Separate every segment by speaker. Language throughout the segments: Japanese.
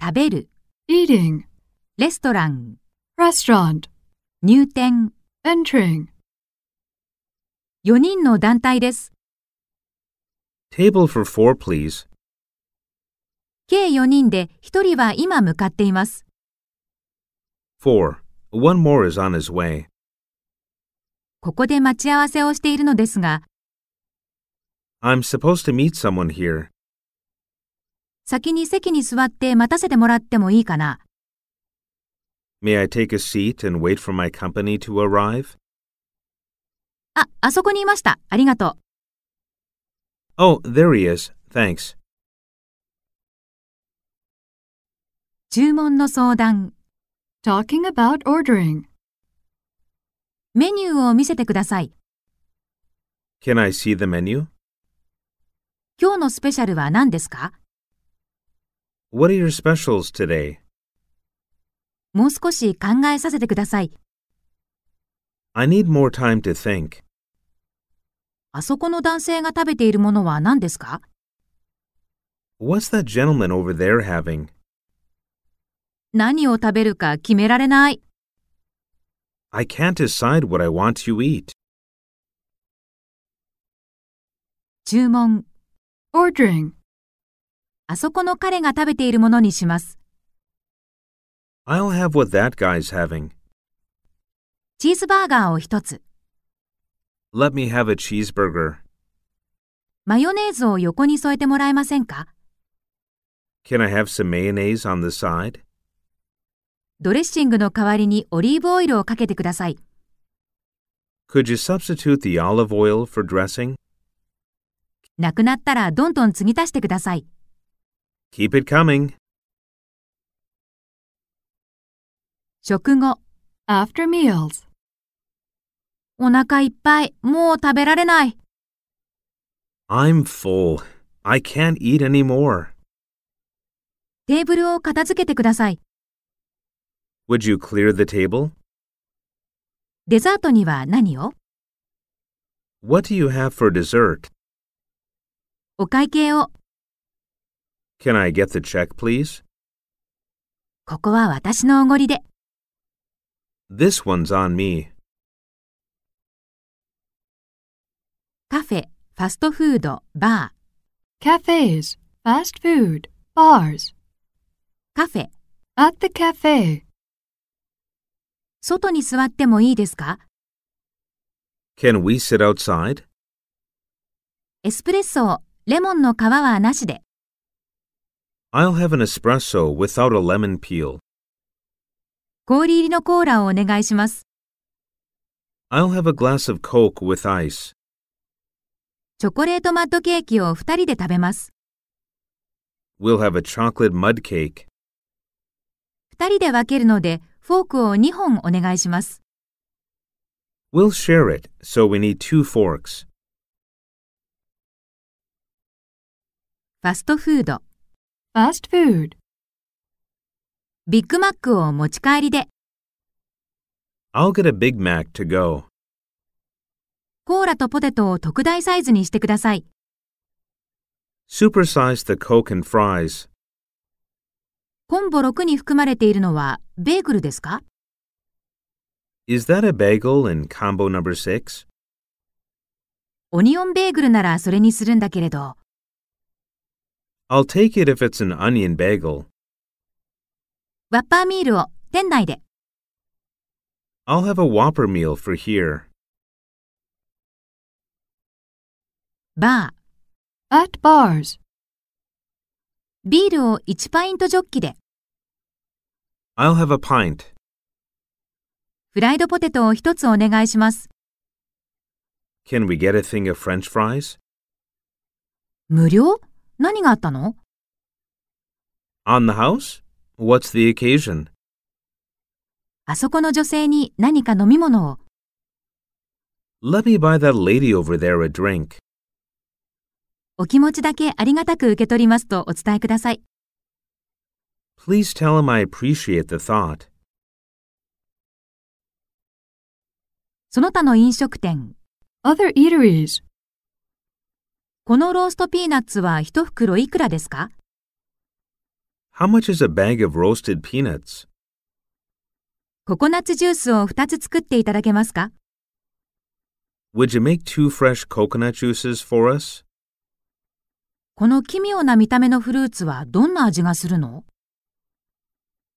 Speaker 1: 食べる、
Speaker 2: eating,
Speaker 1: レストラン、
Speaker 2: restaurant,
Speaker 1: 入店、
Speaker 2: entering,
Speaker 1: 4人の団体です。
Speaker 3: Table for four, please.
Speaker 1: 計4人で1人は今向かっています。
Speaker 3: Four. One more is on his way.
Speaker 1: ここで待ち合わせをしているのですが、
Speaker 3: I'm supposed to meet someone here.
Speaker 1: 先に席に座って待たせてもらってもいいかな。
Speaker 3: May I take a seat and wait for my company to arrive?
Speaker 1: あ、あそこにいました。ありがとう。
Speaker 3: Oh, there he is. Thanks.
Speaker 1: 注文の相談。
Speaker 2: talking about ordering,
Speaker 1: メニューを見せてください。
Speaker 3: Can I see the menu?
Speaker 1: 今日のスペシャルは何ですか
Speaker 3: What are your specials today?
Speaker 1: もう少し考えさせてください。
Speaker 3: I need more time to think.
Speaker 1: あそこの男性が食べているものは何ですか
Speaker 3: What's that gentleman over there having?
Speaker 1: 何を食べるか決められない。
Speaker 3: I can't decide what I want to eat.
Speaker 1: 注文。
Speaker 2: ordering,
Speaker 1: あそこの彼が食べているものにします。
Speaker 3: I'll have what that guy's having.
Speaker 1: チーズバーガーを一つ。
Speaker 3: Let me have a cheeseburger.
Speaker 1: マヨネーズを横に添えてもらえませんか
Speaker 3: Can I have some mayonnaise on the side?
Speaker 1: ドレッシングの代わりにオリーブオイルをかけてください。
Speaker 3: Could you substitute the olive oil for dressing?
Speaker 1: なくなったらどんどん継ぎ足してください。
Speaker 3: Keep it coming.
Speaker 1: 食後。
Speaker 2: after meals,
Speaker 1: お腹いっぱい。もう食べられない。
Speaker 3: I'm full. I can't eat any more.
Speaker 1: テーブルを片付けてください。
Speaker 3: Would you clear the table?
Speaker 1: デザートには何を
Speaker 3: What do you have for dessert?
Speaker 1: お会計を。
Speaker 3: Can I get the check, please?
Speaker 1: ここは私のおごりで。
Speaker 3: This one's on me.
Speaker 1: カフェ、ファストフード、バ
Speaker 2: cafes, fast food, bars,
Speaker 1: ー、カフェ。
Speaker 2: at the cafe,
Speaker 1: 外に座ってもいいですか
Speaker 3: Can we sit outside?
Speaker 1: エスプレッソを、レモンの皮はなしで。
Speaker 3: I'll have an espresso without a lemon peel.
Speaker 1: 氷入りのコーラをお願いします。
Speaker 3: I'll have a glass of Coke with ice.
Speaker 1: チョコレートマッドケーキを二人で食べます。
Speaker 3: We'll have a chocolate mud cake.
Speaker 1: 二人で分けるので、フォークを二本お願いします。
Speaker 3: We'll share it, so we need two forks.
Speaker 1: ファストフード、
Speaker 2: fast food,
Speaker 1: ビッグマックを持ち帰りで、
Speaker 3: I'll get a Big Mac to go.
Speaker 1: コーラとポテトを特大サイズにしてください。
Speaker 3: Supersize the Coke and fries.
Speaker 1: コンボ6に含まれているのは、ベーグルですか
Speaker 3: Is that a bagel in combo number six?
Speaker 1: オニオンベーグルならそれにするんだけれど、
Speaker 3: I'll take it if it's an onion bagel.
Speaker 1: ワッパーミールを店内で。
Speaker 3: I'll have a Whopper meal for here.
Speaker 1: バー、
Speaker 2: at bars,
Speaker 1: ビールを1パイントジョッキで、
Speaker 3: I'll have a pint.
Speaker 1: フライドポテトを1つお願いします。
Speaker 3: Can we get a thing of french fries?
Speaker 1: 無料何があったの
Speaker 3: On the house? What's the occasion?
Speaker 1: あそこの女性に何か飲み物を、
Speaker 3: Let me buy that lady over there a drink.
Speaker 1: お気持ちだけありがたく受け取りますとお伝えください。
Speaker 3: Please tell him I appreciate the thought.
Speaker 1: その他の飲食店。
Speaker 2: other eateries,
Speaker 1: このローストピーナッツは1袋いくらですか
Speaker 3: How much is a bag of roasted peanuts?
Speaker 1: ココナッツジュースを2つ作っていただけますか
Speaker 3: Would you make two fresh coconut juices for us?
Speaker 1: この奇妙な見た目のフルーツはどんな味がするの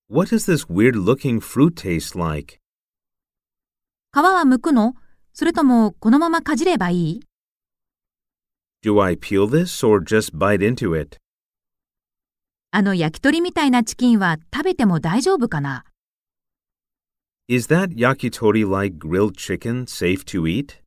Speaker 3: What does this weird looking fruit taste like?
Speaker 1: 皮は剥くのそれともこのままかじればいい
Speaker 3: Do I peel this or just bite into it?
Speaker 1: あの焼き鳥みたいなチキンは食べても大丈夫かな
Speaker 3: Is that yakitori like grilled chicken safe to eat?